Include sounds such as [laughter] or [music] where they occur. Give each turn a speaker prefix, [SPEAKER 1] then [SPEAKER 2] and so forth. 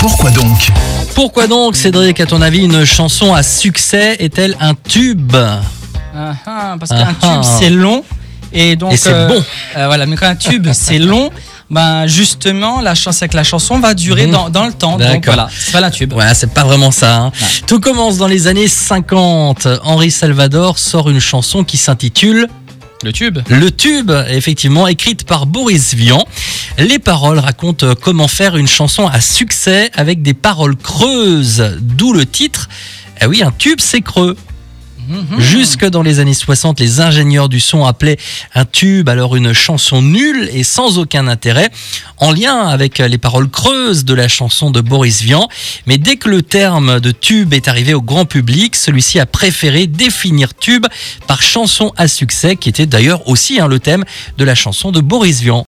[SPEAKER 1] Pourquoi donc
[SPEAKER 2] Pourquoi donc, Cédric, à ton avis, une chanson à succès est-elle un tube
[SPEAKER 3] Ah, ah, parce
[SPEAKER 2] Ah,
[SPEAKER 3] qu'un
[SPEAKER 2] ah.
[SPEAKER 3] tube c'est long et donc
[SPEAKER 2] Et c'est
[SPEAKER 3] euh,
[SPEAKER 2] bon.
[SPEAKER 3] euh, voilà, mais quand
[SPEAKER 2] [laughs]
[SPEAKER 3] un tube c'est long, ben justement la chance c'est que la chanson va durer
[SPEAKER 2] Mhm.
[SPEAKER 3] dans, dans le temps.
[SPEAKER 2] D'accord.
[SPEAKER 3] Donc voilà, c'est pas un tube.
[SPEAKER 2] Ouais, c'est pas vraiment ça. hein.
[SPEAKER 3] Ouais.
[SPEAKER 2] Tout commence dans les années 50. Henri Salvador sort une chanson qui s'intitule
[SPEAKER 3] Le tube.
[SPEAKER 2] Le tube, effectivement, écrite par Boris Vian. Les paroles racontent euh, comment faire une chanson à succès avec des paroles creuses, d'où le titre. Eh oui, un tube, c'est creux. Jusque dans les années 60, les ingénieurs du son appelaient un tube alors une chanson nulle et sans aucun intérêt, en lien avec les paroles creuses de la chanson de Boris Vian. Mais dès que le terme de tube est arrivé au grand public, celui-ci a préféré définir tube par chanson à succès, qui était d'ailleurs aussi hein, le thème de la chanson de Boris Vian.